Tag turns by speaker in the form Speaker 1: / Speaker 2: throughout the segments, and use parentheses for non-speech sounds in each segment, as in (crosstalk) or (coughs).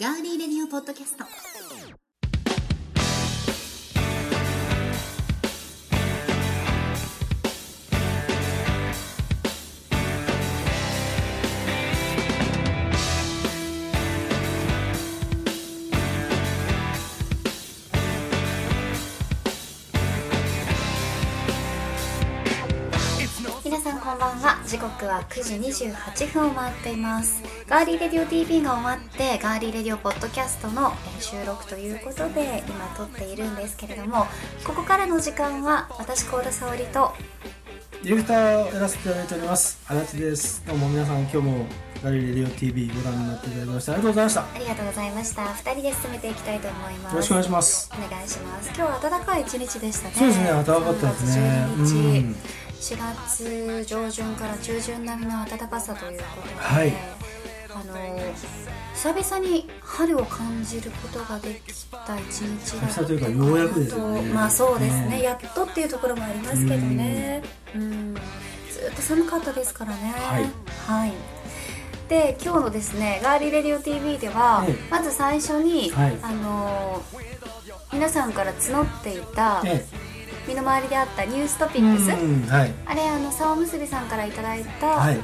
Speaker 1: ガーリーレディオポッドキャスト皆さんこんばんは時刻は9時28分を回っていますガーリーレディオ TV が終わってガーリーレディオポッドキャストのえー収録ということで今撮っているんですけれどもここからの時間は私高田沙織と
Speaker 2: ディレクターをやらせていただいております足立ですどうも皆さん今日もガリレディオ TV ご覧になっていただきましてありがとうございましたよ
Speaker 1: ありがとうございました2人で進めていきたいと思います
Speaker 2: ろしくお願いします
Speaker 1: お願いします今日は暖かい一日でしたね
Speaker 2: そうですね暖かかったですね
Speaker 1: 3月12日
Speaker 2: うん
Speaker 1: 4月上旬から中旬並みの暖かさということで、
Speaker 2: はい
Speaker 1: あの久々に春を感じることができた一日だった
Speaker 2: 久々というかようやくですよね
Speaker 1: まあそうですね、
Speaker 2: うん
Speaker 1: やっとっていうところもありますけどねうんずっと寒かったですからね
Speaker 2: はい
Speaker 1: はいで今日のですね「ガーリーレディオ TV」では、
Speaker 2: ええ
Speaker 1: まず最初に、
Speaker 2: はい
Speaker 1: あのー皆さんから募っていた
Speaker 2: え
Speaker 1: 身の回りであったニュースト
Speaker 2: え
Speaker 1: ピ
Speaker 2: う
Speaker 1: ックス、
Speaker 2: んはい
Speaker 1: あれあの沢結びさんからいただい
Speaker 2: は
Speaker 1: た
Speaker 2: い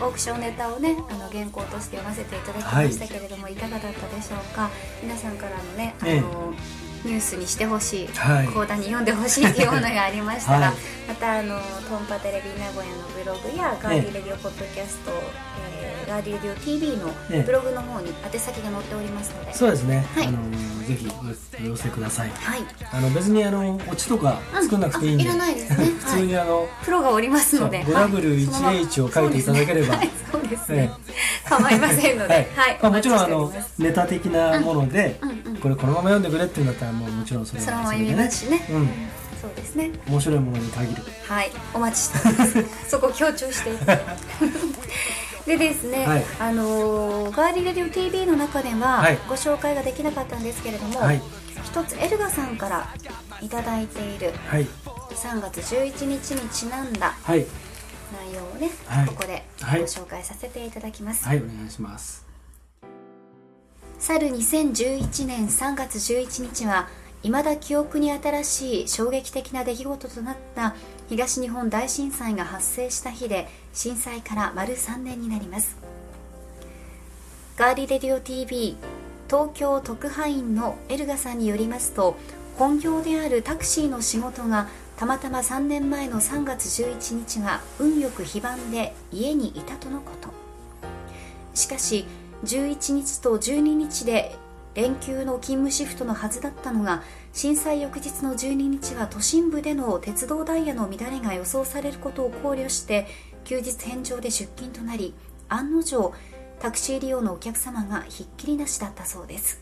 Speaker 1: オークションネタをねあの原稿として読ませていただきましたけれども、い、かがだったでしょうか皆さんからのねあの、
Speaker 2: ええ
Speaker 1: ニュースにしてほしい
Speaker 2: はい
Speaker 1: 講談に読んでほしいっていうものがありましたら、
Speaker 2: はい
Speaker 1: またあのトンパテレビ名古屋のブログやガーディレディオポッドキャスト、えーガーディレディオ TV
Speaker 2: ええ
Speaker 1: のブログの方に宛先が載っておりますので、
Speaker 2: そうですね、
Speaker 1: はい
Speaker 2: あのぜひお寄せください
Speaker 1: はい
Speaker 2: あの別にあのオチとか作んなくていいんで、
Speaker 1: うんあいらない
Speaker 2: (laughs)
Speaker 1: ですね
Speaker 2: 普通にあの、
Speaker 1: プロがおりますので
Speaker 2: そう 5W1H を書いていただければ
Speaker 1: はいそうですね、構いません
Speaker 2: (laughs)
Speaker 1: ので、はい
Speaker 2: まあ、もちろんあ
Speaker 1: お
Speaker 2: の
Speaker 1: 待ちしております
Speaker 2: ネタ的なもので、
Speaker 1: うんうんうん
Speaker 2: これこのまま読んでくれっていうんだったらもうもちろんそれは
Speaker 1: そのまま
Speaker 2: それ
Speaker 1: 読
Speaker 2: で
Speaker 1: みますしね、
Speaker 2: うん
Speaker 1: そうですね
Speaker 2: 面白いものに限る
Speaker 1: はい、お待ちしており
Speaker 2: (laughs)
Speaker 1: ます。そこ強調して。でですね、
Speaker 2: はい
Speaker 1: あのーガーリーレディオ TV の中では
Speaker 2: はい
Speaker 1: ご紹介ができなかったんですけれども、
Speaker 2: はい
Speaker 1: 一つエルガさんからいただいている
Speaker 2: はい
Speaker 1: 3月11日にちなんだ
Speaker 2: はい
Speaker 1: 内容をね、
Speaker 2: はい
Speaker 1: ここでご
Speaker 2: はい
Speaker 1: 紹介させていただきます。
Speaker 2: はいお願いします
Speaker 1: 去る2011年3月11日は未だ記憶に新しい衝撃的な出来事となった東日本大震災が発生した日で震災から丸3年になりますガーリレディオ TV 東京特派員のエルガさんによりますと本業であるタクシーの仕事がたまたま3年前の3月11日は運よく非番で家にいたとのことしかし11日と12日で連休の勤務シフトのはずだったのが震災翌日の12日は都心部での鉄道ダイヤの乱れが予想されることを考慮して休日返上で出勤となり案の定タクシー利用のお客様がひっきりなしだったそうです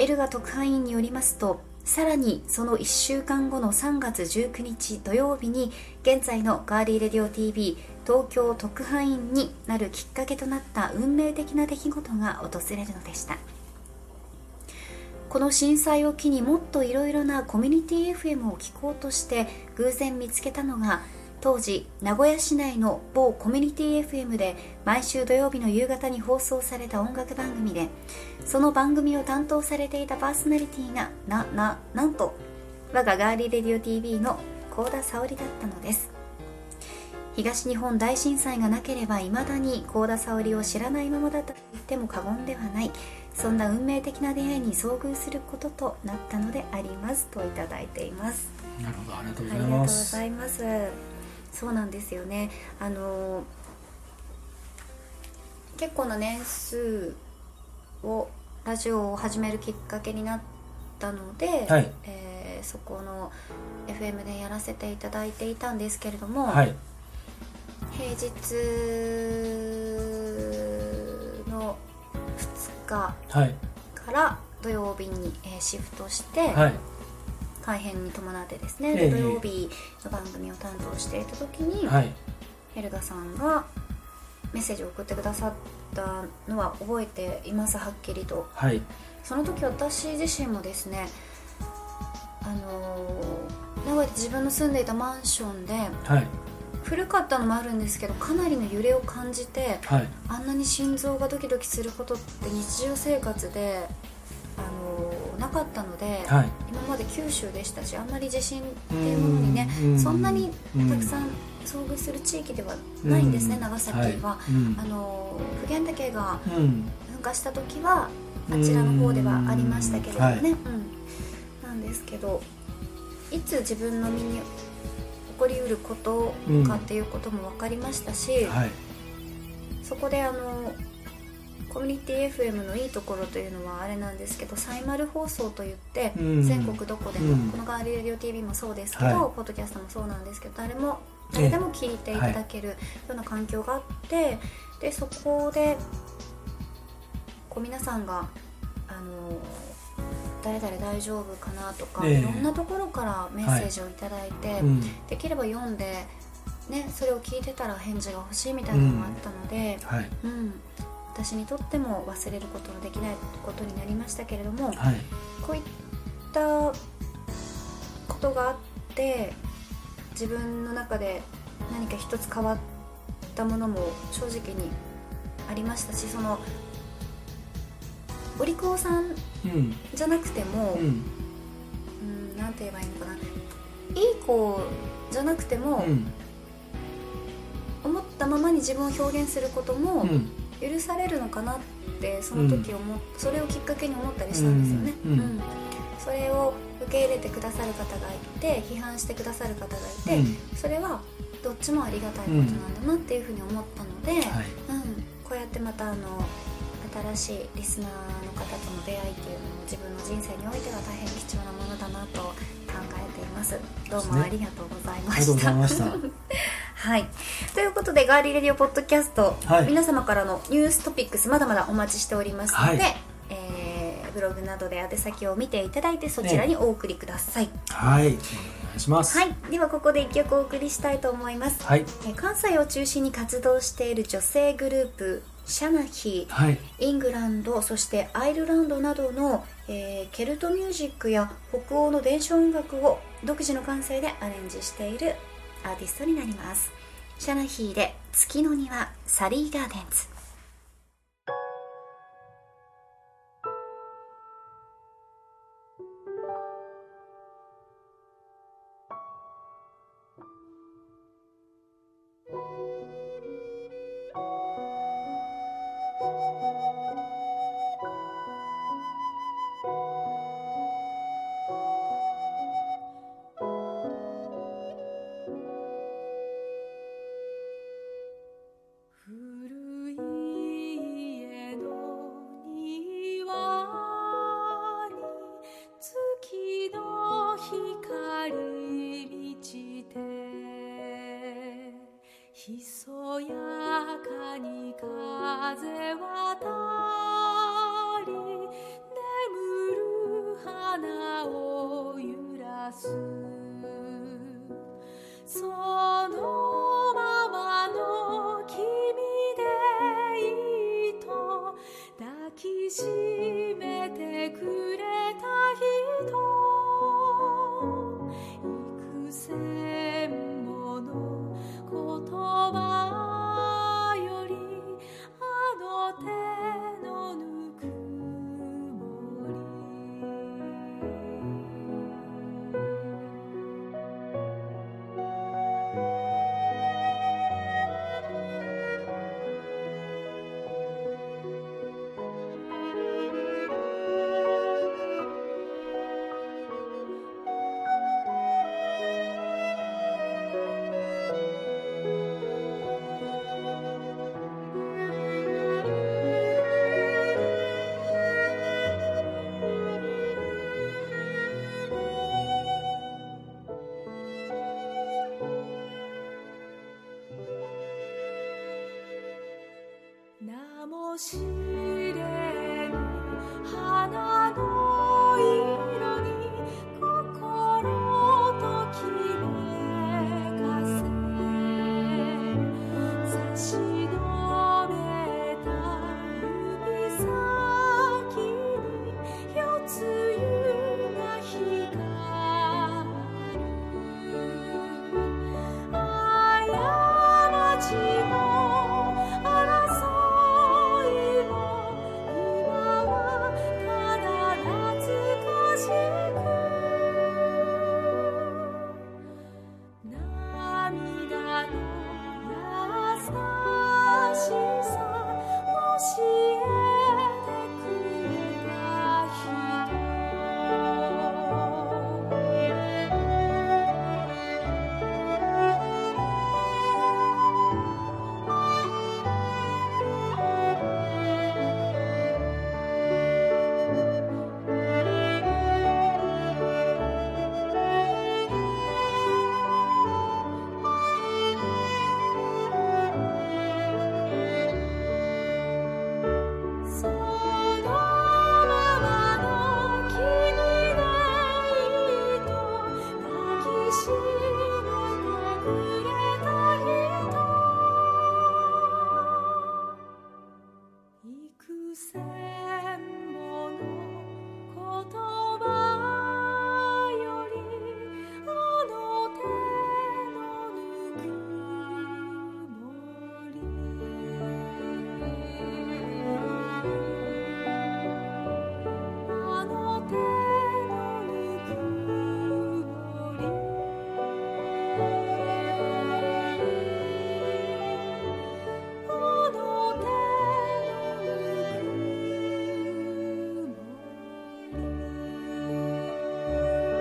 Speaker 1: エルガ特派員によりますとさらにその1週間後の3月19日土曜日に現在のガーリーレディオ TV 東京特派員になるきっかけとなった運命的な出来事が訪れるのでしたこの震災を機にもっといろいろなコミュニティ FM を聞こうとして偶然見つけたのが当時名古屋市内の某コミュニティ FM で毎週土曜日の夕方に放送された音楽番組でその番組を担当されていたパーソナリティがなななんと我がガーリーレディオ TV の幸田沙織だったのです東日本大震災がなければ未だに幸田沙織を知らないままだったと言っても過言ではないそんな運命的な出会いに遭遇することとなったのでありますといただいています
Speaker 2: なるほどありがとう
Speaker 1: ありが
Speaker 2: ござい
Speaker 1: とうご
Speaker 2: ます
Speaker 1: ざいますそうなんですよねあの結構な年数をラジオを始めるきっかけになったので、
Speaker 2: はい
Speaker 1: えーそこの FM でやらせていただいていたんですけれども、
Speaker 2: はい
Speaker 1: 平日の2日
Speaker 2: はい
Speaker 1: から土曜日に、えーシフトして、
Speaker 2: はい
Speaker 1: 改編に伴ってですね、
Speaker 2: ええ
Speaker 1: 土曜日の番組を担当していた時に、
Speaker 2: はい
Speaker 1: ヘルガさんがメッセージを送ってくださったのは覚えていますはっきりと
Speaker 2: はい
Speaker 1: その時私自身もですねあのー名古屋で自分の住んでいたマンションで
Speaker 2: はい
Speaker 1: 古かったのもあるんですけどかなりの揺れを感じて
Speaker 2: はい
Speaker 1: あんなに心臓がドキドキすることって日常生活であのなかったので、
Speaker 2: はい
Speaker 1: 今まで九州でしたしあんまり地震っていうものにねそんなにたくさん遭遇する地域ではないんですね、長崎は、
Speaker 2: いうん
Speaker 1: あの普賢岳が
Speaker 2: うん
Speaker 1: 噴火した時はあちらの方ではありましたけれどもね、
Speaker 2: う
Speaker 1: うんなんですけどいつ自分の身に起こりうることかっていうことも分かりましたし、
Speaker 2: はい
Speaker 1: そこであのコミュニティ FM のいいところというのはあれなんですけどサイマル放送といって、
Speaker 2: うん
Speaker 1: 全国どこでも、
Speaker 2: うん
Speaker 1: この「ガーリレディオ TV」もそうですけど、
Speaker 2: はい
Speaker 1: ポッドキャストもそうなんですけど誰も
Speaker 2: え
Speaker 1: 誰
Speaker 2: え
Speaker 1: でも聞いていただけるような環境があって、でそこでこう皆さんがあの誰々大丈夫かなとか、
Speaker 2: ええ
Speaker 1: いろんなところからメッセージをいただいて、
Speaker 2: うん
Speaker 1: できれば読んで、ね、それを聞いてたら返事が欲しいみたいなのもあったので、
Speaker 2: はい
Speaker 1: うん私にとっても忘れることのできないことになりましたけれども
Speaker 2: はい
Speaker 1: こういったことがあって自分の中で何か一つ変わったものも正直にありましたしそのお利口さん
Speaker 2: うん
Speaker 1: じゃなくても、
Speaker 2: うん
Speaker 1: うん、なんて言えばいいのかないい子じゃなくても、
Speaker 2: うん
Speaker 1: 思ったままに自分を表現すること
Speaker 2: う
Speaker 1: も
Speaker 2: ん
Speaker 1: 許されるのかなってその時思っ、それをきっかけに思ったりしたんですよね、
Speaker 2: う
Speaker 1: うんん
Speaker 2: うん
Speaker 1: それを受け入れてくださる方がいて批判してくださる方がいて、
Speaker 2: うん
Speaker 1: それはどっちもありがたいことなんだなっていうふうに思ったので、
Speaker 2: はい
Speaker 1: うん、こうやってまたあの新しいリスナーの方との出会いっていうのも自分の人生においては大変貴重なものだなと考えていますどう
Speaker 2: そうです
Speaker 1: も
Speaker 2: ね
Speaker 1: ありがとうございま
Speaker 2: ありがとうご
Speaker 1: した
Speaker 2: ざいました
Speaker 1: はいということでガーリーレディオポッドキャスト、
Speaker 2: はい
Speaker 1: 皆様からのニューストピックスまだまだお待ちしておりますので、
Speaker 2: はい
Speaker 1: えーブログなどで宛先を見ていただいてそちらにお送りください、
Speaker 2: はいお願いします
Speaker 1: はいではここで一曲お送りしたいと思います
Speaker 2: はい
Speaker 1: えー関西を中心に活動している女性グループシャナヒー
Speaker 2: はい
Speaker 1: イングランドそしてアイルランドなどの、えーケルトミュージックや北欧の伝承音楽を独自の感性でアレンジしているアーティストになりますシャナヒーで「月の庭サリーガーデンズ」
Speaker 3: 古い家の庭に月の光満ちてひそやかに風渡り眠る花を揺らすそのままの君でいいと抱きしめてくれた人幾千もの言葉よりあの手のぬくもり名も知れぬ花の色に心ときめかせ差し伸べた指先に夜露が光るあやくせんもの言葉よりあの手のぬくもりあの手のぬくもり「あの手のぬくもり」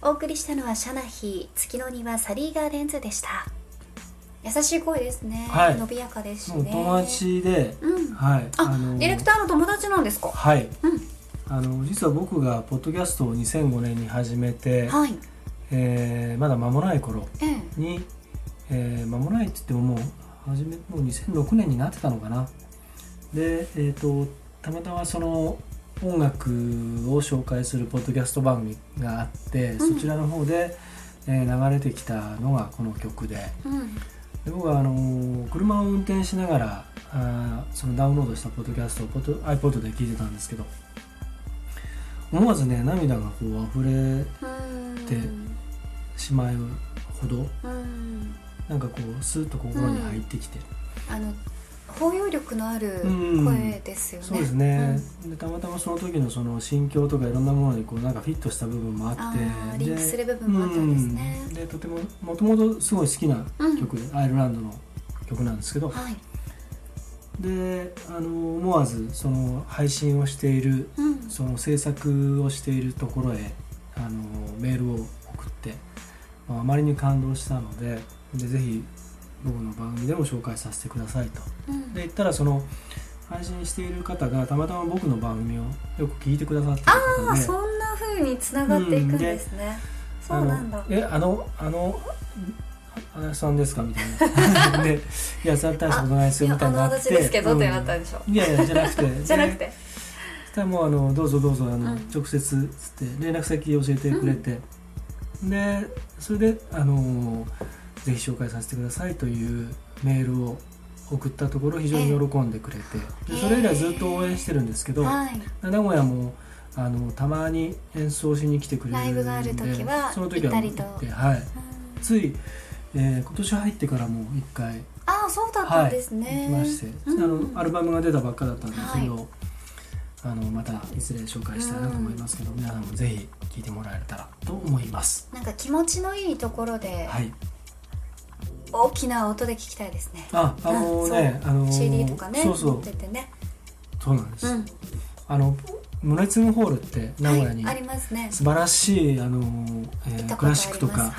Speaker 1: お送りしたのはシャナヒー月の庭サリーガーデンズでした優しい声ですね、
Speaker 2: はい
Speaker 1: 伸びやかです
Speaker 2: もう
Speaker 1: ね
Speaker 2: 友達で、
Speaker 1: うん
Speaker 2: はい
Speaker 1: あディレクターの友達なんですかは
Speaker 2: はい、
Speaker 1: うん
Speaker 2: あの実は僕がポッドキャストを2005年に始めて、
Speaker 1: い
Speaker 2: えーまだ間もない頃
Speaker 1: ええ
Speaker 2: に、えー間もないって言ってももう始めもう2006年になってたのかなで、えー、とたまたまその音楽を紹介するポッドキャスト番組があって、
Speaker 1: うん
Speaker 2: そちらの方で、えー流れてきたのがこの曲で
Speaker 1: うん
Speaker 2: で僕はあのー車を運転しながらあーそのダウンロードしたポッドキャストをポッド iPod で聞いてたんですけど思わずね涙がこう溢れ
Speaker 1: うん
Speaker 2: でしまうほど
Speaker 1: うん
Speaker 2: なんかこうスーッと心に入ってきて、
Speaker 1: あの包容力のある
Speaker 2: うん
Speaker 1: 声ですよね、
Speaker 2: そうですね、でたまたまその時のその心境とかいろんなものにこうなんかフィットした部分もあって
Speaker 1: あー
Speaker 2: で
Speaker 1: リンクする部分もあったんですね
Speaker 2: うんでとてももともとすごい好きな曲で、アイルランドの曲なんですけど、
Speaker 1: うんはい
Speaker 2: であの思わずその配信をしている
Speaker 1: うん
Speaker 2: その制作をしているところへあのメールを送って、まあ、あまりに感動したのででぜひ僕の番組でも紹介させてくださいと。
Speaker 1: うん
Speaker 2: で言ったらその配信している方がたまたま僕の番組をよく聞いてくださっている
Speaker 1: あ
Speaker 2: 方
Speaker 1: そ
Speaker 2: で
Speaker 1: んな風に繋がっていくんですね、そうなんだ
Speaker 2: あのえあのあのあやさんですかみたいなでいやそれは大したことないです
Speaker 1: い
Speaker 2: よ
Speaker 1: や
Speaker 2: みたい
Speaker 1: あ
Speaker 2: に
Speaker 1: の
Speaker 2: なって
Speaker 1: 私ですけど
Speaker 2: う
Speaker 1: っ
Speaker 2: ん
Speaker 1: てなったんでしょ、
Speaker 2: いやいやじゃなくて
Speaker 1: じゃなく
Speaker 2: で
Speaker 1: て
Speaker 2: そしたらもうあのどうぞどうぞあの、
Speaker 1: うん
Speaker 2: 直接つって連絡先教えてくれて、でそれであのぜひ紹介させてくださいというメールを送ったところ非常に喜んでくれて、
Speaker 1: ええ
Speaker 2: でそれ以来ずっと応援してるんですけど、
Speaker 1: はい
Speaker 2: 名古屋もあのたまに演奏しに来てくれるんで
Speaker 1: ライブがある時は
Speaker 2: その時は
Speaker 1: 行ったりと
Speaker 2: っては
Speaker 1: う
Speaker 2: い、
Speaker 1: ん
Speaker 2: つい、えー今年入ってからもう一回
Speaker 1: ああそうだったんです
Speaker 2: 行
Speaker 1: ね、
Speaker 2: きまして、
Speaker 1: うん
Speaker 2: あのアルバムが出たばっかだったんで、それをあのまたいずれ紹介したいなと思いますけど、皆さんもぜひ聴いてもらえたらと思います。
Speaker 1: なんか気持ちのいいところで
Speaker 2: はい、
Speaker 1: 大きな音で聞きたいですね、
Speaker 2: ああのね、あのー
Speaker 1: CD とかね
Speaker 2: そうそ
Speaker 1: 持
Speaker 2: う
Speaker 1: っててね
Speaker 2: そうなんです。
Speaker 1: うん
Speaker 2: あのムレツンホールって名古屋に、
Speaker 1: はい、ありますね
Speaker 2: 素晴らしいあのー、え
Speaker 1: 行っ
Speaker 2: ー
Speaker 1: たことあり
Speaker 2: クラ
Speaker 1: ます
Speaker 2: シックとか。
Speaker 1: はい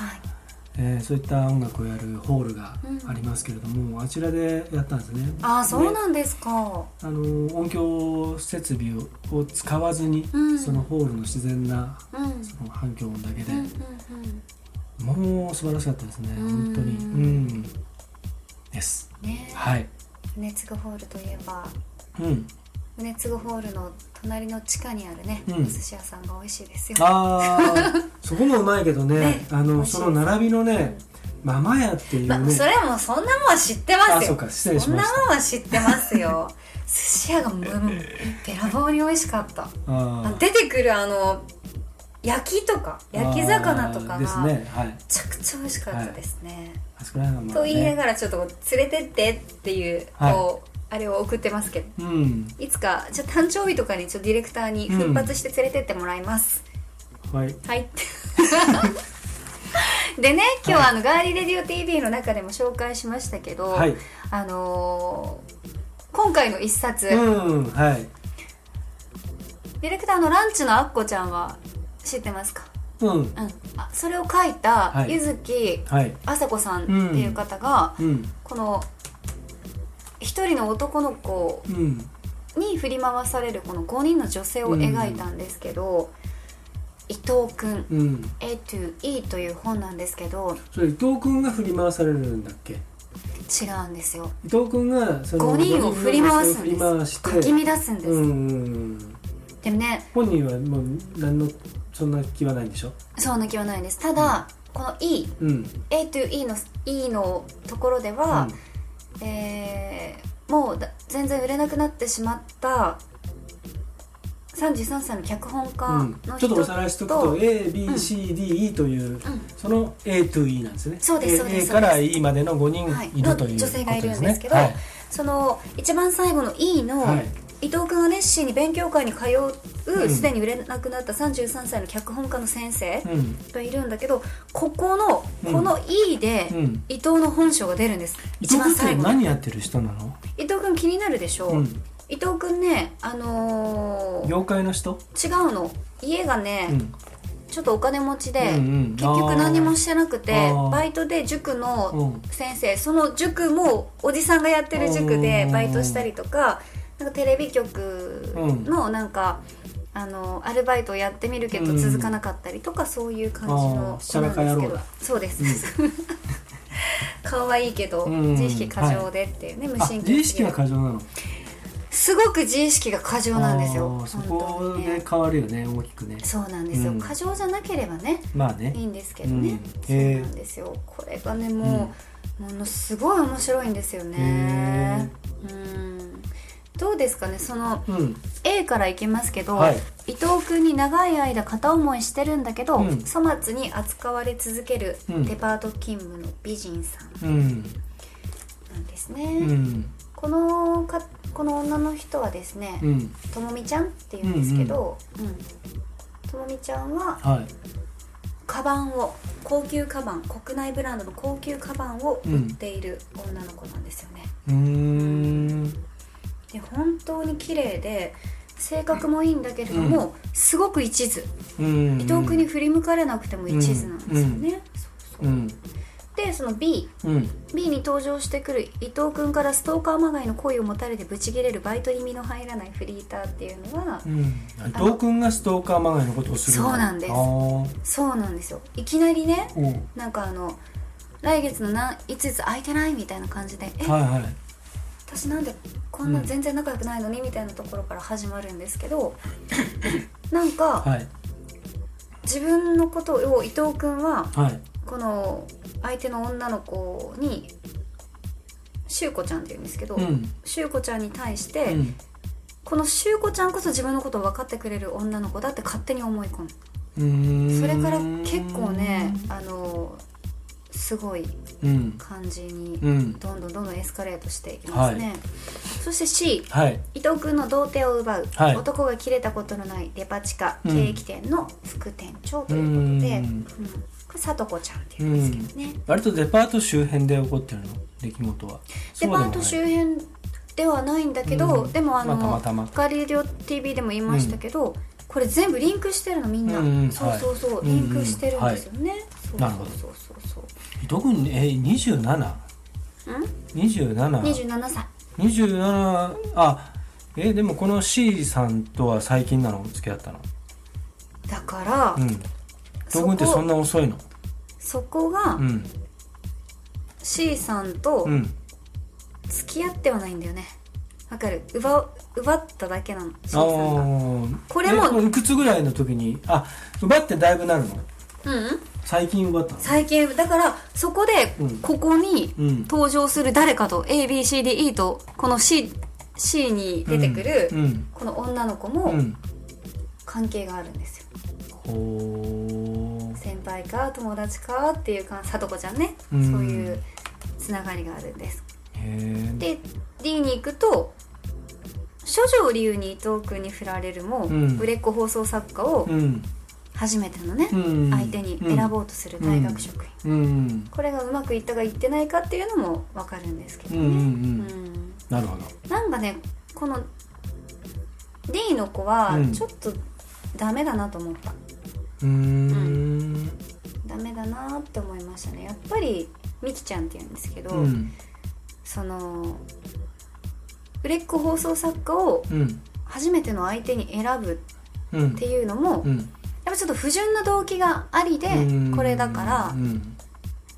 Speaker 2: えーそういった音楽をやるホールが
Speaker 1: うん
Speaker 2: ありますけれども、あちらでやったんですね
Speaker 1: ああそう
Speaker 2: で
Speaker 1: なんですか、
Speaker 2: あの音響設備をを使わずに、
Speaker 1: うん
Speaker 2: そのホールの自然な
Speaker 1: うん、うん
Speaker 2: その反響音だけで
Speaker 1: うん、
Speaker 2: もう素晴らしかったですね
Speaker 1: うん
Speaker 2: 本当にうんです
Speaker 1: うんね
Speaker 2: はい
Speaker 1: 船津ホールといえば
Speaker 2: うん
Speaker 1: 船津ホールの隣の地下にあるね、
Speaker 2: うん
Speaker 1: お寿司屋さんが美味しいですよ
Speaker 2: あー
Speaker 1: (laughs)
Speaker 2: そこもうまいけどね
Speaker 1: ね
Speaker 2: あ
Speaker 1: 美
Speaker 2: の
Speaker 1: 味しい
Speaker 2: その並びのねママ屋っていうね、
Speaker 1: まあ、それはもうそんなもんは知ってますよ
Speaker 2: あそうか失礼しました
Speaker 1: そんなもんは知ってます
Speaker 2: (laughs)
Speaker 1: よ寿司屋がもうもうべらぼうに美味しかった
Speaker 2: あ
Speaker 1: あ
Speaker 2: ー
Speaker 1: 出てくるあの焼きとか焼き魚とかが
Speaker 2: あー
Speaker 1: め
Speaker 2: ですねはい
Speaker 1: ちゃくちゃ美味しかったですね、
Speaker 2: あそこら辺はま
Speaker 1: と
Speaker 2: あね
Speaker 1: 言いながらちょっとこう連れてってっていう、
Speaker 2: はい
Speaker 1: こうあれを送ってますけど
Speaker 2: うん
Speaker 1: いつかじゃあ誕生日とかにちょっとディレクターに奮発して連れてってもらいます、
Speaker 2: はい
Speaker 1: はい (laughs) でね今日はあの、ガーリーレディオ TV の中でも紹介しましたけど、
Speaker 2: はい
Speaker 1: あのー今回の一冊、
Speaker 2: うんはい
Speaker 1: ディレクターのランチのあっこちゃんは知ってますか
Speaker 2: うん
Speaker 1: うん、あそれを書いた
Speaker 2: はい
Speaker 1: 柚木
Speaker 2: はい
Speaker 1: あさこさんっていう方が、
Speaker 2: うん
Speaker 1: この一人の男の子
Speaker 2: うん
Speaker 1: に振り回されるこの5人の女性を描いたんですけど「伊藤君
Speaker 2: うん
Speaker 1: A to E」という本なんですけど
Speaker 2: それ伊藤君が振り回されるんだっけ
Speaker 1: 違違うんですよ
Speaker 2: 伊藤君がそ
Speaker 1: 5人を振り回すんです
Speaker 2: 振り回して
Speaker 1: かき乱すんです、
Speaker 2: うんうんうん
Speaker 1: でもね
Speaker 2: 本人はもう何のそんな気はないんでしょ
Speaker 1: そんな気はないですただ、この E
Speaker 2: うん、
Speaker 1: A という E の E のところでは、えーもうだ全然売れなくなってしまった33歳の脚本家
Speaker 2: うんうん、
Speaker 1: の人
Speaker 2: ちょっとおさらいしておくと ABCDE という、その A to E なんですね
Speaker 1: そうです
Speaker 2: A-
Speaker 1: そうです
Speaker 2: A から
Speaker 1: そう
Speaker 2: E までの5人
Speaker 1: はい
Speaker 2: いるという、
Speaker 1: の女性がいるんですけど
Speaker 2: はい
Speaker 1: その一番最後の E の、
Speaker 2: はい
Speaker 1: 伊藤君が熱心に勉強会に通
Speaker 2: う
Speaker 1: うんすでに売れなくなった33歳の脚本家の先生
Speaker 2: うん
Speaker 1: がいるんだけどここの
Speaker 2: うん
Speaker 1: この E で、
Speaker 2: うん、
Speaker 1: 伊藤の本性が出るんです
Speaker 2: 伊藤
Speaker 1: 一番
Speaker 2: 君って
Speaker 1: 最後の
Speaker 2: 何やってる人なの、
Speaker 1: 伊藤君気になるでしょう、
Speaker 2: うん、
Speaker 1: 伊藤君ねあのー
Speaker 2: 業界の人、
Speaker 1: 違うの家がね、
Speaker 2: うん
Speaker 1: ちょっとお金持ちで、
Speaker 2: うんうん
Speaker 1: 結局何もしてなくて
Speaker 2: あー
Speaker 1: バイトで塾の
Speaker 2: うん
Speaker 1: 先生その塾もおじさんがやってる塾で
Speaker 2: うん
Speaker 1: バイトしたりとかなんかテレビ局のなんか、あのアルバイトをやってみるけど
Speaker 2: うん
Speaker 1: 続かなかったりとかそういう感じ
Speaker 2: あ
Speaker 1: の
Speaker 2: ーし
Speaker 1: 子
Speaker 2: た
Speaker 1: な
Speaker 2: ら
Speaker 1: ん
Speaker 2: か
Speaker 1: で
Speaker 2: 野
Speaker 1: す
Speaker 2: 郎
Speaker 1: けど
Speaker 2: だ
Speaker 1: そうです、 (laughs) 顔はいいけど
Speaker 2: うん
Speaker 1: 自意識過剰でっていうね、無
Speaker 2: あ
Speaker 1: 神経
Speaker 2: 自意識が過剰なの
Speaker 1: すごく自意識が過剰なんですよ
Speaker 2: あーそ
Speaker 1: 本当
Speaker 2: こ
Speaker 1: にね
Speaker 2: で変わるよね大きくね
Speaker 1: そうなんですよ、
Speaker 2: うん
Speaker 1: 過剰じゃなければね
Speaker 2: まあね
Speaker 1: いいんですけどね、
Speaker 2: うん
Speaker 1: そう
Speaker 2: へー
Speaker 1: なんですよこれがねもう、ものすごい面白いんですよねうんどうですかねその
Speaker 2: うん、
Speaker 1: A からいきますけど、
Speaker 2: はい
Speaker 1: 伊藤君に長い間片思いしてるんだけど、
Speaker 2: うん
Speaker 1: 粗末に扱われ続ける
Speaker 2: うん
Speaker 1: デパート勤務の美人さん
Speaker 2: うん
Speaker 1: なんです
Speaker 2: う
Speaker 1: ね、
Speaker 2: ん
Speaker 1: このかこの女の人はですね、
Speaker 2: うん
Speaker 1: ともみちゃんっていうんですけど、うんともみちゃんは
Speaker 2: はい
Speaker 1: カバンを高級カバン国内ブランドの高級カバンを売っている女の子なんですよね、
Speaker 2: うーん
Speaker 1: で本当に綺麗で性格もいいんだけれども、すごく一途、
Speaker 2: うん
Speaker 1: 伊藤君に振り向かれなくても一途なんですよね、そうそう
Speaker 2: うん
Speaker 1: でその B
Speaker 2: うん、
Speaker 1: B に登場してくる伊藤君からストーカーまがいの恋を持たれてブチギレるバイトに身の入らないフリーターっていうのは、
Speaker 2: うん、伊藤君がストーカーまがいのことをする
Speaker 1: そうなんです
Speaker 2: あー
Speaker 1: そうなんですよいきなりね
Speaker 2: うん
Speaker 1: なんかあの来月の何いついつ空いてないみたいな感じで「え
Speaker 2: はいはい
Speaker 1: 私なんでこんな全然仲良くないのにみたいなところから始まるんですけど (coughs) なんか
Speaker 2: はい
Speaker 1: 自分のことを伊藤君は
Speaker 2: はい
Speaker 1: この相手の女の子に柊子ちゃんって言うんですけど
Speaker 2: うん
Speaker 1: 柊子、ちゃんに対し
Speaker 2: う
Speaker 1: て、
Speaker 2: ん
Speaker 1: この柊子ちゃんこそ自分のことを分かってくれる女の子だって勝手に思い込む
Speaker 2: うーん
Speaker 1: それから結構ねあのすごい
Speaker 2: うん
Speaker 1: 感じに
Speaker 2: うん
Speaker 1: どんどんどんどんエスカレートしていきますね、
Speaker 2: は
Speaker 1: そして C
Speaker 2: はい
Speaker 1: 伊藤君の童貞を奪う、
Speaker 2: はい
Speaker 1: 男が切れたことのないデパ地下
Speaker 2: うん
Speaker 1: ケーキ店の副店長と
Speaker 2: う
Speaker 1: いうことで、うん
Speaker 2: ん
Speaker 1: これ里子ちゃんっていうんですけどね、
Speaker 2: 割とデパート周辺で起こってるの出来事は
Speaker 1: デパート周
Speaker 2: 辺
Speaker 1: 辺ではないんだけど、
Speaker 2: うん
Speaker 1: でもあの、
Speaker 2: まあたまたま
Speaker 1: ガリレオ TV でも言いましたけど、これ全部リンクしてるのみんな、
Speaker 2: うんうん
Speaker 1: そうそうそう、
Speaker 2: はい
Speaker 1: リンクしてるんですよね、
Speaker 2: んはい
Speaker 1: そうそうそう
Speaker 2: 伊藤君え二十七
Speaker 1: そううん
Speaker 2: 二十七
Speaker 1: 27歳
Speaker 2: 二十七あえでもこの C さんとは最近なの付き合ったの
Speaker 1: だから、
Speaker 2: うん伊藤君ってそんな遅いの
Speaker 1: そこが
Speaker 2: うん
Speaker 1: C さんと
Speaker 2: うん
Speaker 1: 付き合ってはないんだよねわかる奪う奪っただけなの C
Speaker 2: あ
Speaker 1: さんが
Speaker 2: ー
Speaker 1: これも
Speaker 2: えいくつぐらいの時にあ奪ってだいぶなるの
Speaker 1: うんうん
Speaker 2: 最近奪ったの
Speaker 1: 最近だからそこで
Speaker 2: うん
Speaker 1: ここに
Speaker 2: うん
Speaker 1: 登場する誰かと ABCDE とこの C, C に出てくる
Speaker 2: うん
Speaker 1: この女の子
Speaker 2: うん、
Speaker 1: も
Speaker 2: うん
Speaker 1: 関係があるんですよ
Speaker 2: ほー
Speaker 1: 先輩か友達かっていうかさとこちゃんね
Speaker 2: う
Speaker 1: そ
Speaker 2: ん
Speaker 1: ういうつながりがあるんです
Speaker 2: へえ
Speaker 1: で D に行くと処女を理由に伊藤君に振られるも、
Speaker 2: うん
Speaker 1: 売れっ子放送作家を
Speaker 2: うん
Speaker 1: 初めてのね、
Speaker 2: うん
Speaker 1: 相手に選ぼうとする大学職員、
Speaker 2: うん
Speaker 1: これがうまくいったかいってないかっていうのも分かるんですけ
Speaker 2: う
Speaker 1: ど
Speaker 2: んう
Speaker 1: ね、
Speaker 2: んう
Speaker 1: うん
Speaker 2: んなるほど
Speaker 1: なんかねこの D の子は
Speaker 2: うん
Speaker 1: ちょっとダメだなと思った、
Speaker 2: うーん
Speaker 1: ダメだなって思いましたねやっぱりみきちゃんって言うんですけど、
Speaker 2: うん
Speaker 1: その売れっ子放送作家を
Speaker 2: うん
Speaker 1: 初めての相手に選ぶ
Speaker 2: うん
Speaker 1: っていうのも、
Speaker 2: うん
Speaker 1: やっぱちょっと不純な動機がありで
Speaker 2: うん
Speaker 1: これだから
Speaker 2: うん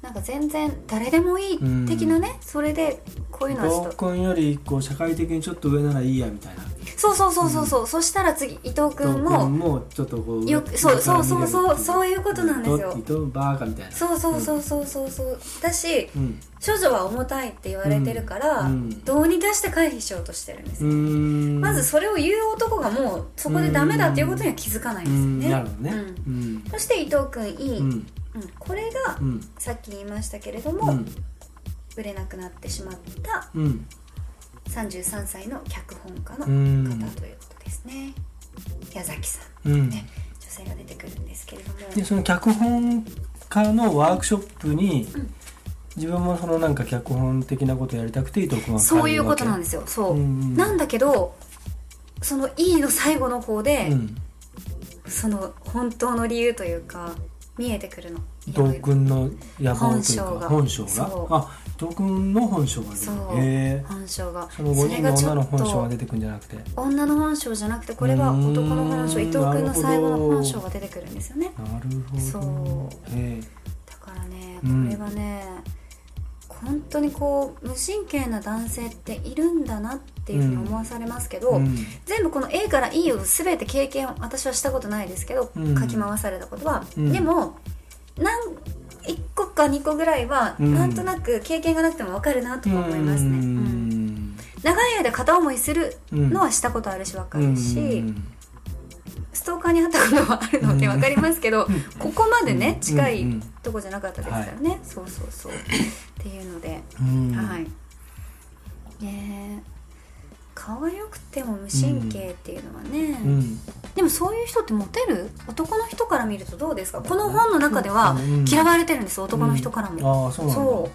Speaker 1: なんか全然誰でもいい的なね、それでこういうのはちょっ
Speaker 2: 合
Speaker 1: と
Speaker 2: コンよりこう社会的にちょっと上ならいいやみたいな
Speaker 1: そうそうそうそうそう、そしたら次伊藤君
Speaker 2: 合コン
Speaker 1: も
Speaker 2: もちょっとこう
Speaker 1: よくそうそうそうそうそう
Speaker 2: う
Speaker 1: いうことなんですよ
Speaker 2: 伊藤バーカみたいな
Speaker 1: そうそうそうそうそうそうだし
Speaker 2: うん
Speaker 1: 処女は重たいって言われてるから、
Speaker 2: うん
Speaker 1: どうにかして回避しようとしてるんです
Speaker 2: う
Speaker 1: よ、
Speaker 2: ーん
Speaker 1: まずそれを言う男がもうそこでダメだっていうことには気づかないん
Speaker 2: う
Speaker 1: ですよね、
Speaker 2: んなるほどね
Speaker 1: うん
Speaker 2: うん
Speaker 1: そして伊藤君いい、
Speaker 2: う
Speaker 1: うん
Speaker 2: ん
Speaker 1: これが
Speaker 2: うん
Speaker 1: さっき言いましたけれど
Speaker 2: う
Speaker 1: も、
Speaker 2: ん
Speaker 1: 売れなくなってしまった
Speaker 2: うん
Speaker 1: 33歳の脚本家の
Speaker 2: う
Speaker 1: 方
Speaker 2: ん
Speaker 1: ということですね、矢崎さん
Speaker 2: うん
Speaker 1: ね女性が出てくるんですけれども
Speaker 2: でその脚本家のワークショップに
Speaker 1: うん
Speaker 2: 自分もそのなんか脚本的なことやりたくて伊藤君は
Speaker 1: そういうことなんですすよそう、
Speaker 2: うん
Speaker 1: なんだけどその E の最後の方で、
Speaker 2: うん
Speaker 1: その本当の理由というか見えてくるの
Speaker 2: 伊藤君の野望と
Speaker 1: 本性
Speaker 2: いうか
Speaker 1: が
Speaker 2: 本性が
Speaker 1: そう
Speaker 2: あ伊藤君の本性が出てく
Speaker 1: そ
Speaker 2: る
Speaker 1: う
Speaker 2: へえ
Speaker 1: 本性が
Speaker 2: その
Speaker 1: そ
Speaker 2: 5人の女
Speaker 1: れ
Speaker 2: の
Speaker 1: がちょっ
Speaker 2: 本性が
Speaker 1: と
Speaker 2: 出てくるんじゃなくて
Speaker 1: 女の本性じゃなくてこれは
Speaker 2: うーん
Speaker 1: 男の本性伊藤君の最後の本性が出てくるんですよね
Speaker 2: なるほど
Speaker 1: そう
Speaker 2: へえ
Speaker 1: だからねこ
Speaker 2: うん
Speaker 1: れはね、本当にこう無神経な男性っているんだなっていうふうに思わされますけど、
Speaker 2: うん
Speaker 1: 全部この A から E を全て経験を私はしたことないですけど、
Speaker 2: うん
Speaker 1: 書き回されたことは、
Speaker 2: うん
Speaker 1: でも何1個か2個ぐらいは、
Speaker 2: うん
Speaker 1: なんとなく経験がなくても分かるなとは思いますね、
Speaker 2: う
Speaker 1: うん
Speaker 2: ん
Speaker 1: 長い間片思いする
Speaker 2: うん
Speaker 1: のはしたことあるし分かるし、
Speaker 2: うん
Speaker 1: ストーカーにあったことはあるので
Speaker 2: うん
Speaker 1: 分かりますけど、ここまで
Speaker 2: う
Speaker 1: ね
Speaker 2: ん
Speaker 1: 近い
Speaker 2: うん
Speaker 1: とこじゃなかったですからね、そうそうそうっていうので、
Speaker 2: うん
Speaker 1: はいねえ可愛くても無神経っていうのはね、
Speaker 2: うん
Speaker 1: でもそういう人ってモテる男の人から見るとどうですかこの本の中では
Speaker 2: うん
Speaker 1: 嫌われてるんです男の人からも、
Speaker 2: ああそうなんだ
Speaker 1: そ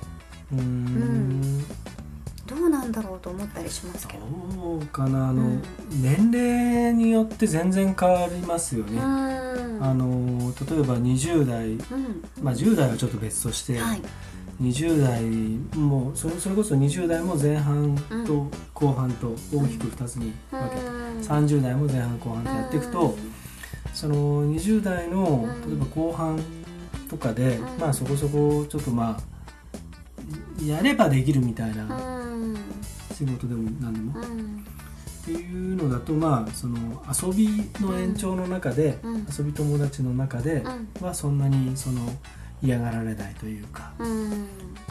Speaker 1: う
Speaker 2: うん
Speaker 1: うどうなんだろうと思ったりしますけど
Speaker 2: どうかなあの、
Speaker 1: うん
Speaker 2: 年齢によって全然変わりますよ
Speaker 1: う
Speaker 2: ね、
Speaker 1: ん
Speaker 2: あの例えば20代
Speaker 1: うん
Speaker 2: まあ10代はちょっと別として、
Speaker 1: はい
Speaker 2: 20代もそれそれこそ20代も前半
Speaker 1: う
Speaker 2: と後半と大きく2つに分けて、
Speaker 1: うん
Speaker 2: 30代も前半後半とやっていくと、その20代の
Speaker 1: うん
Speaker 2: 例えば後半とかで、
Speaker 1: うん
Speaker 2: まあそこそこちょっとまあやればできるみたい
Speaker 1: うん
Speaker 2: な
Speaker 1: うん
Speaker 2: 仕事でも何でも、
Speaker 1: う
Speaker 2: っ
Speaker 1: ん
Speaker 2: ていうのだとまあその遊びの延長の中で、
Speaker 1: うん
Speaker 2: 遊び友達の中で
Speaker 1: うん
Speaker 2: はそんなにその嫌がられないというか
Speaker 1: うん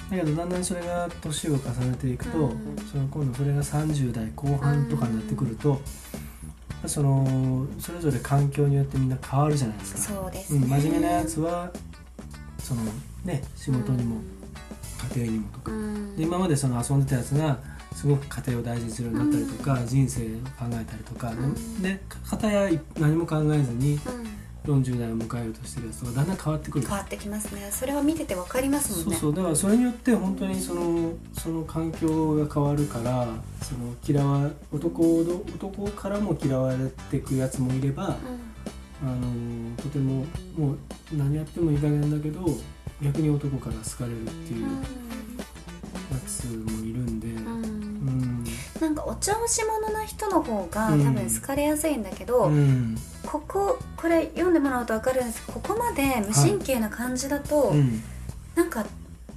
Speaker 2: だけどだんだんそれが年を重ねていくと、
Speaker 1: うん
Speaker 2: その今度それが30代後半とかになってくると、そのそれぞれ環境によってみんな変わるじゃないですか。
Speaker 1: そうです
Speaker 2: う
Speaker 1: ね、
Speaker 2: ん、真面目なやつはそのね仕事にも家庭にもと
Speaker 1: う
Speaker 2: か、
Speaker 1: ん
Speaker 2: で今までその遊んでたやつがすごく家庭を大事にするようになったりとか、人生を考えたりとか、
Speaker 1: ん
Speaker 2: で片や何も考えずに
Speaker 1: うん
Speaker 2: 40代を迎えようとしてるやつとかだんだん変わってくる
Speaker 1: 変わってきますねそれは見ててわかります
Speaker 2: そ
Speaker 1: もん
Speaker 2: う
Speaker 1: ね
Speaker 2: そうだからそれによって本当にそのその環境が変わるからその嫌わ男の男からも嫌われてくやつもいれば、あのーとてももう何やってもいい加減だけど逆に男から好かれるっていううんやつもいるんで、
Speaker 1: うんうん
Speaker 2: うん
Speaker 1: なんかお調子者な人の方が多
Speaker 2: うん
Speaker 1: 分好かれやすいんだけど、
Speaker 2: うん
Speaker 1: こここれ読んでもらうと分かるんですけどここまで無神経な感じだと、
Speaker 2: うん
Speaker 1: なんか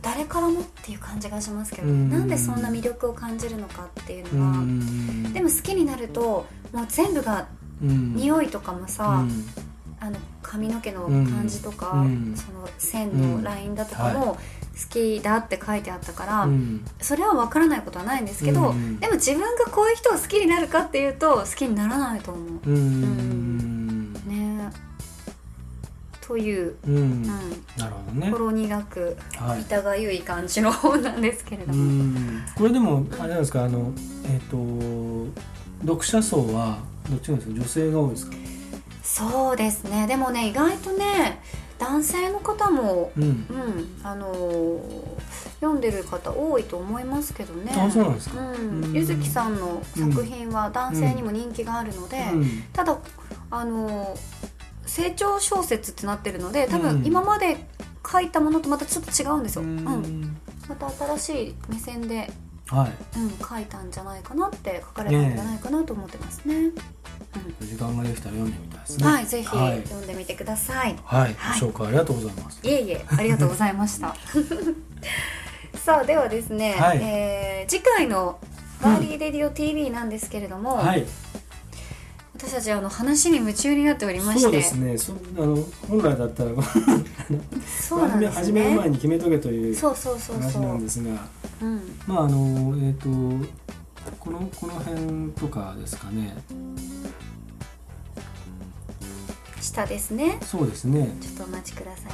Speaker 1: 誰からもっていう感じがしますけど、
Speaker 2: うん
Speaker 1: なんでそんな魅力を感じるのかっていう
Speaker 2: う
Speaker 1: のは、
Speaker 2: ん
Speaker 1: でも好きになるともう全部が
Speaker 2: うん
Speaker 1: 匂いとかもさ、
Speaker 2: うん
Speaker 1: あの髪の毛の感じとか、
Speaker 2: うん
Speaker 1: その線のラインだとか
Speaker 2: うん
Speaker 1: も好きだって書いてあったから、
Speaker 2: うん
Speaker 1: それは分からないことはないんですけど、
Speaker 2: うん
Speaker 1: でも自分がこういう人を好きになるかっていうと好きにならないと思う。
Speaker 2: うん
Speaker 1: ねという、
Speaker 2: うん
Speaker 1: うん、
Speaker 2: なるほどね
Speaker 1: ほろ苦く
Speaker 2: はい
Speaker 1: 痛がゆい感じの本なんですけれど
Speaker 2: う
Speaker 1: も、
Speaker 2: んこれでもあれなんですかあのえっ、と読者層はどっちが多いですか女性が多いですか
Speaker 1: そうですねでもね意外とね男性の方も、
Speaker 2: うん
Speaker 1: うんあのー読んでる方多いと思いますけどね。
Speaker 2: あそうなんですか
Speaker 1: うん
Speaker 2: うん
Speaker 1: ゆずきさんの作品は男性にも人気があるので、
Speaker 2: うん
Speaker 1: ただあの成長小説ってなってるので多
Speaker 2: うん
Speaker 1: 分今まで書いたものとまたちょっと違うんですよ、うん
Speaker 2: うん
Speaker 1: また新しい目線で、
Speaker 2: はい
Speaker 1: うん、書いたんじゃないかなって書かれたんじゃないかなと思ってますね、うん
Speaker 2: 時間ができたら読んでみたいですね。
Speaker 1: はい、ぜひ
Speaker 2: はい、
Speaker 1: 読んでみてください。
Speaker 2: はい
Speaker 1: はい
Speaker 2: ご紹介ありがとうございます。
Speaker 1: いえいえ、ありがとうございま
Speaker 2: (laughs)
Speaker 1: した。さあ、ではですね、
Speaker 2: はい
Speaker 1: えー次回のバーリーレディオ TV なんですけれども、
Speaker 2: はい、
Speaker 1: 私たちあの話に夢中になっておりまして、
Speaker 2: そうですね。そあの本来だったら
Speaker 1: そうなん
Speaker 2: 番組
Speaker 1: で
Speaker 2: を
Speaker 1: す
Speaker 2: 始める
Speaker 1: ね
Speaker 2: 前。に決めとけという
Speaker 1: そうそうそう
Speaker 2: 話
Speaker 1: そ
Speaker 2: なん
Speaker 1: う。
Speaker 2: ですが、
Speaker 1: うん、
Speaker 2: まああのえっ、とこのこの辺とかですかね。
Speaker 1: 下ですね。
Speaker 2: そうですね。
Speaker 1: ちょっとお待ちください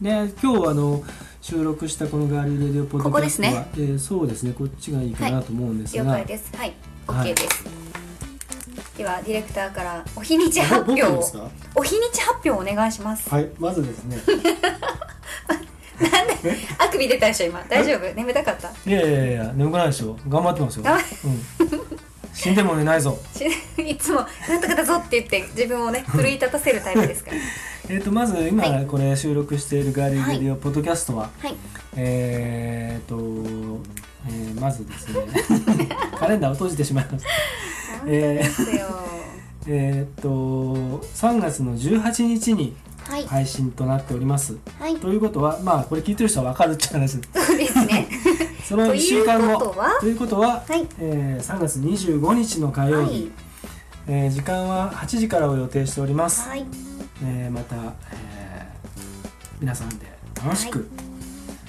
Speaker 1: ね。
Speaker 2: はい。で今日あの収録したこのガーリーレディオポッドキャストは
Speaker 1: ここ
Speaker 2: えーそうですね。こっちがいいかなと思うんです
Speaker 1: 了
Speaker 2: が、
Speaker 1: 解です。はい、
Speaker 2: はい
Speaker 1: OK です。ではディレクターからお日にち
Speaker 2: あ
Speaker 1: 発表
Speaker 2: 僕
Speaker 1: を
Speaker 2: ですか
Speaker 1: お日にち発表をお願いし
Speaker 2: (laughs)
Speaker 1: ます。
Speaker 2: はい、まずですね。
Speaker 1: あくび出たでしょ今。大丈夫？眠たかった？
Speaker 2: いやいやいや、眠くないでしょ。頑張ってますよ。
Speaker 1: 頑張
Speaker 2: うん、死んでも寝ないぞ。
Speaker 1: しいつもなんとかだぞって言って自分をね奮い立たせるタイプですから。
Speaker 2: えっ、と、まず今、
Speaker 1: は
Speaker 2: これ収録しているガーリーレディオポッドキャストは、 (laughs)
Speaker 1: はい。
Speaker 2: えっ、と、えーまずですね、
Speaker 1: (laughs)
Speaker 2: カレンダーを閉じてしまいました。
Speaker 1: 本当
Speaker 2: え
Speaker 1: で
Speaker 2: ー
Speaker 1: すよ。
Speaker 2: えっ、と、3月の18日に
Speaker 1: はい
Speaker 2: 配信となっております。
Speaker 1: はい。
Speaker 2: ということは、まあ、これ聞いてる人はわかるって話です。
Speaker 1: そうですね。
Speaker 2: その1週間後。
Speaker 1: ということは
Speaker 2: いうことは
Speaker 1: はい
Speaker 2: えー3月25日の火
Speaker 1: は
Speaker 2: 曜日。
Speaker 1: い
Speaker 2: えー時間は8時からを予定しております、
Speaker 1: はい
Speaker 2: えーまた、えー皆さんで楽しく、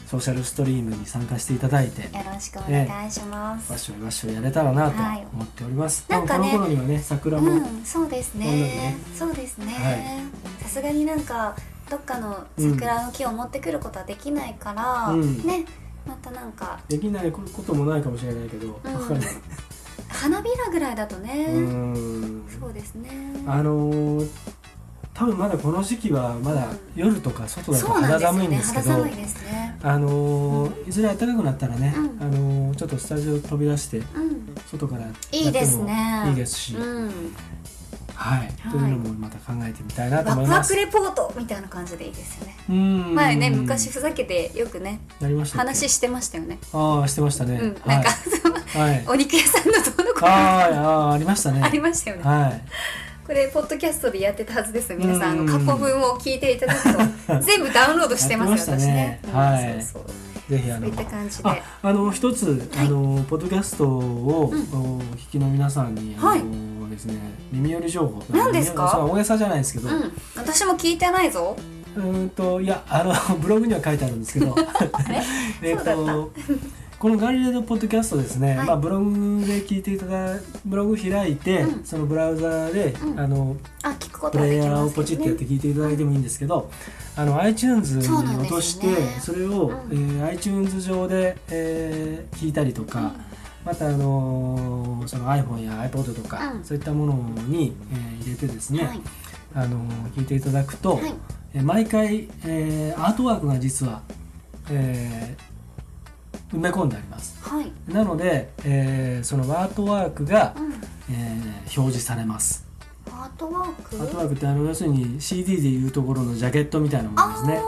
Speaker 2: ソーシャルストリームに参加していただいて
Speaker 1: よろしくお願いします
Speaker 2: わ。っしょいわっしょいやれたらなと
Speaker 1: はい
Speaker 2: 思っております、
Speaker 1: なんかね
Speaker 2: 多分この頃にはね桜も、
Speaker 1: うん、そうですね
Speaker 2: 音楽ね
Speaker 1: そうですね
Speaker 2: は
Speaker 1: さすがになんかどっかの桜の木を持ってくることはできないから、
Speaker 2: うん
Speaker 1: ねまたなんか
Speaker 2: できないこともないかもしれないけど、わかんない
Speaker 1: 花びらぐらいだとね、
Speaker 2: うーん
Speaker 1: そうですね
Speaker 2: あのー多分まだこの時期はまだ
Speaker 1: うん
Speaker 2: 夜とか外だと
Speaker 1: そうな
Speaker 2: 肌
Speaker 1: んですよ
Speaker 2: 寒いん
Speaker 1: ね
Speaker 2: ですけ
Speaker 1: 肌
Speaker 2: ど、
Speaker 1: 寒いですね
Speaker 2: あのーいずれ暖かくなったらね、
Speaker 1: うん
Speaker 2: あのーちょっとスタジオ飛び出して
Speaker 1: うん
Speaker 2: 外からやっても
Speaker 1: いいですね
Speaker 2: いいですし、
Speaker 1: うん
Speaker 2: はい、
Speaker 1: はい
Speaker 2: というのもまた考えてみたいなと
Speaker 1: ワク
Speaker 2: 思い
Speaker 1: ワ
Speaker 2: ま
Speaker 1: ク
Speaker 2: す。
Speaker 1: レポートみたいな感じでいいですよね
Speaker 2: うん
Speaker 1: 前ね昔ふざけてよくね
Speaker 2: やりましたっけ
Speaker 1: 話してましたよね
Speaker 2: ああしてましたね。
Speaker 1: うんなんか、その
Speaker 2: はい、はい、
Speaker 1: (laughs) お肉屋さんのどうのこうの
Speaker 2: あーあーありましたね。
Speaker 1: ありましたよね
Speaker 2: は
Speaker 1: これポッドキャストでやってたはずです皆さんあ
Speaker 2: うん
Speaker 1: の過去分を聞いていただく
Speaker 2: (laughs)
Speaker 1: と全部ダウンロードしてますよ、
Speaker 2: やって
Speaker 1: 私ね、
Speaker 2: ましたね
Speaker 1: う
Speaker 2: は
Speaker 1: ん
Speaker 2: い
Speaker 1: そうそう
Speaker 2: い、ぜひあ
Speaker 1: そう
Speaker 2: の
Speaker 1: いった感じで
Speaker 2: ああの一つ、
Speaker 1: はい
Speaker 2: あのポッドキャストを、
Speaker 1: うん
Speaker 2: お聞きの皆さんに、
Speaker 1: はい
Speaker 2: あのですね耳寄り情報
Speaker 1: 何ですか
Speaker 2: 耳寄りそれは大げさじゃないですけど、
Speaker 1: うん私も聞いてないぞ
Speaker 2: うーんといやあの (laughs) ブログには書いてあるんですけ
Speaker 1: (laughs)
Speaker 2: ど (laughs) えっ
Speaker 1: そうだ
Speaker 2: とこのガリレドポッドキャストですね、
Speaker 1: はい
Speaker 2: まあブログで聞いていただブログ開いて、
Speaker 1: うん
Speaker 2: そのブラウザで、
Speaker 1: うん
Speaker 2: あの
Speaker 1: あ聞くこ
Speaker 2: プ
Speaker 1: とが
Speaker 2: レ
Speaker 1: で
Speaker 2: イ
Speaker 1: き
Speaker 2: ヤー
Speaker 1: ま
Speaker 2: を
Speaker 1: すよ
Speaker 2: ポチッとやって
Speaker 1: ね
Speaker 2: 聞いていただいてもいいんですけど、あの iTunes に
Speaker 1: そうなんですよね
Speaker 2: 落としてそ,、れを、
Speaker 1: うん
Speaker 2: えー iTunes 上で、えー聞いたりとか、またあのーその iPhone や iPod とか、
Speaker 1: うん
Speaker 2: そういったものに、えー入れてですね、
Speaker 1: はい
Speaker 2: あのー聞いていただくと、
Speaker 1: はい
Speaker 2: えー毎回、えーアートワークが実は、えー埋め込んであります
Speaker 1: はい
Speaker 2: なので、えーそのアートワークが
Speaker 1: う、ん
Speaker 2: えー表示されます
Speaker 1: アートワーク
Speaker 2: アートワークってあの要するに CD でいうところのジャケットみたいなものですね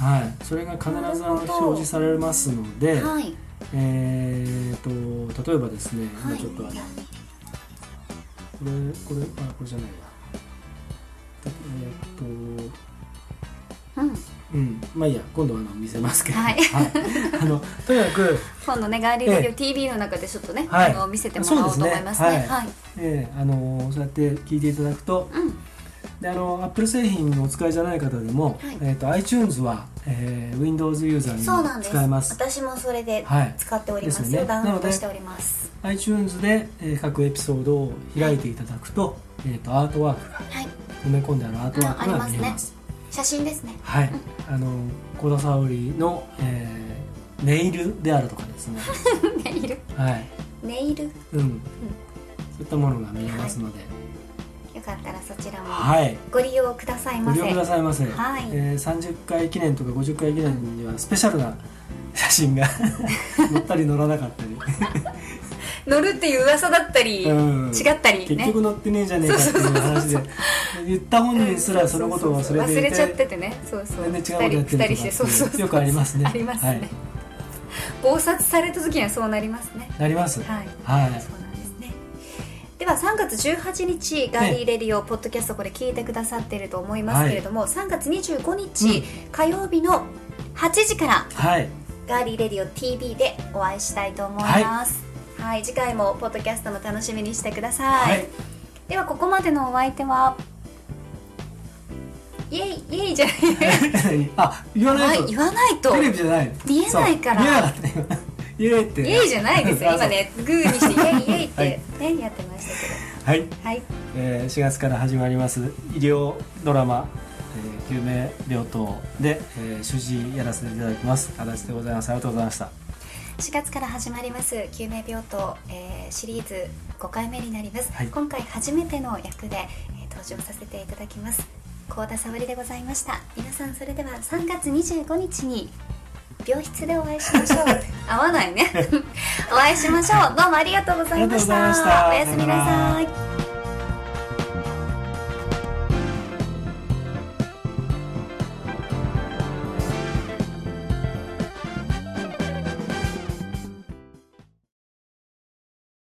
Speaker 1: あ
Speaker 2: はいそれが必ずあ
Speaker 1: な
Speaker 2: の
Speaker 1: るほど
Speaker 2: 表示されますので、
Speaker 1: ーはい
Speaker 2: えー、と例えばですね、
Speaker 1: は
Speaker 2: 今ちょっとあのこ
Speaker 1: い
Speaker 2: れこれあこれじゃないわえーっと
Speaker 1: うん
Speaker 2: うん、まあいいや今度はあの見せますけど、
Speaker 1: はい
Speaker 2: あのとにかく、
Speaker 1: 今度ねガーリーレデ
Speaker 2: え
Speaker 1: ィオ TV の中でちょっとね
Speaker 2: は
Speaker 1: あ
Speaker 2: い
Speaker 1: の見せてもらおうと思います
Speaker 2: そう
Speaker 1: ね
Speaker 2: ですね
Speaker 1: はい
Speaker 2: えーあのそうやって聞いていただくと
Speaker 1: うん
Speaker 2: であの Apple 製品をお使いじゃない方でも、
Speaker 1: はい
Speaker 2: えー、と iTunes は、えー Windows ユーザーに
Speaker 1: そうなん
Speaker 2: も
Speaker 1: です
Speaker 2: 使えます
Speaker 1: 私もそれで
Speaker 2: はい
Speaker 1: 使っております
Speaker 2: ですよ
Speaker 1: よ
Speaker 2: ね
Speaker 1: ダウンロー
Speaker 2: なの
Speaker 1: ド
Speaker 2: で
Speaker 1: しております
Speaker 2: iTunes で、えー各エピソードを開いていただくと,、えー、とアートワークが
Speaker 1: はい
Speaker 2: 埋め込んであるアートワーク
Speaker 1: うんあり
Speaker 2: が
Speaker 1: ます
Speaker 2: 見え
Speaker 1: ね
Speaker 2: ます,、
Speaker 1: 写真です (laughs) ね
Speaker 2: はいあの小田沙織の、えーネイルであるとか
Speaker 1: (laughs)
Speaker 2: ですね
Speaker 1: ネイル
Speaker 2: はい
Speaker 1: ネイル
Speaker 2: うん、そういったものが見えますので
Speaker 1: よかったらそちらも
Speaker 2: はい
Speaker 1: ご利用ください
Speaker 2: ご
Speaker 1: ま
Speaker 2: 利
Speaker 1: せ
Speaker 2: 用くださいませ、
Speaker 1: はい
Speaker 2: えー30回記念とか50回記念にはスペシャルな写
Speaker 1: (laughs)
Speaker 2: 真が (laughs) 乗ったり乗らなかったり、
Speaker 1: 乗るっていう噂だったり、
Speaker 2: うん
Speaker 1: 違ったり
Speaker 2: 結
Speaker 1: ね
Speaker 2: 局乗ってねえじゃねえかっていう話で
Speaker 1: そうそうそう
Speaker 2: 言った本人すらそのことを忘れていて
Speaker 1: 忘れちゃっててねそうそう
Speaker 2: 全然違うことやって
Speaker 1: 二人二
Speaker 2: る
Speaker 1: 人してそうそう
Speaker 2: とかよくありますね
Speaker 1: ありますね、
Speaker 2: はい
Speaker 1: 暴殺された時にはそうなりますね
Speaker 2: なります
Speaker 1: はい、
Speaker 2: は
Speaker 1: そ
Speaker 2: い、
Speaker 1: うなんですねでは3月18日ガーリーレディオポッドキャストこれ聞いてくださっていると思いますけれども、3月25日、
Speaker 2: うん
Speaker 1: 火曜日の8時から
Speaker 2: はい
Speaker 1: ガーリーレディオ TV でお会いしたいと思います。はい、次回もポッドキャストも楽しみにしてください。
Speaker 2: はい
Speaker 1: ではここまでのお相手はイエイイエイじゃない
Speaker 2: あ言わな
Speaker 1: は
Speaker 2: いと、
Speaker 1: い言わないと
Speaker 2: テレ
Speaker 1: イ
Speaker 2: ビじゃない
Speaker 1: 言えないから
Speaker 2: そう言えなかった今言えって
Speaker 1: エイじゃないですよ
Speaker 2: あそう
Speaker 1: 今ねグーにしてイエイイエイっ
Speaker 2: は
Speaker 1: て、
Speaker 2: い
Speaker 1: ねやってましたけ
Speaker 2: はい
Speaker 1: どはい
Speaker 2: えー4月から始まります医療ドラマ、えー救命病棟で、えー主治医やらせていただきます足立でございますありがとうございました
Speaker 1: 4月から始まります救命病棟、えーシリーズ5回目になります、
Speaker 2: はい
Speaker 1: 今回初めての役で、えー登場させていただきます高田沙織でございました皆さんそれでは3月25日に病室でお会いしま (laughs) しょう合 (laughs) わないねお会いしましょうどうもありがとうございました
Speaker 2: ありがとう
Speaker 1: おやすみ
Speaker 2: ございました
Speaker 1: な
Speaker 2: さよ
Speaker 1: さ
Speaker 2: ない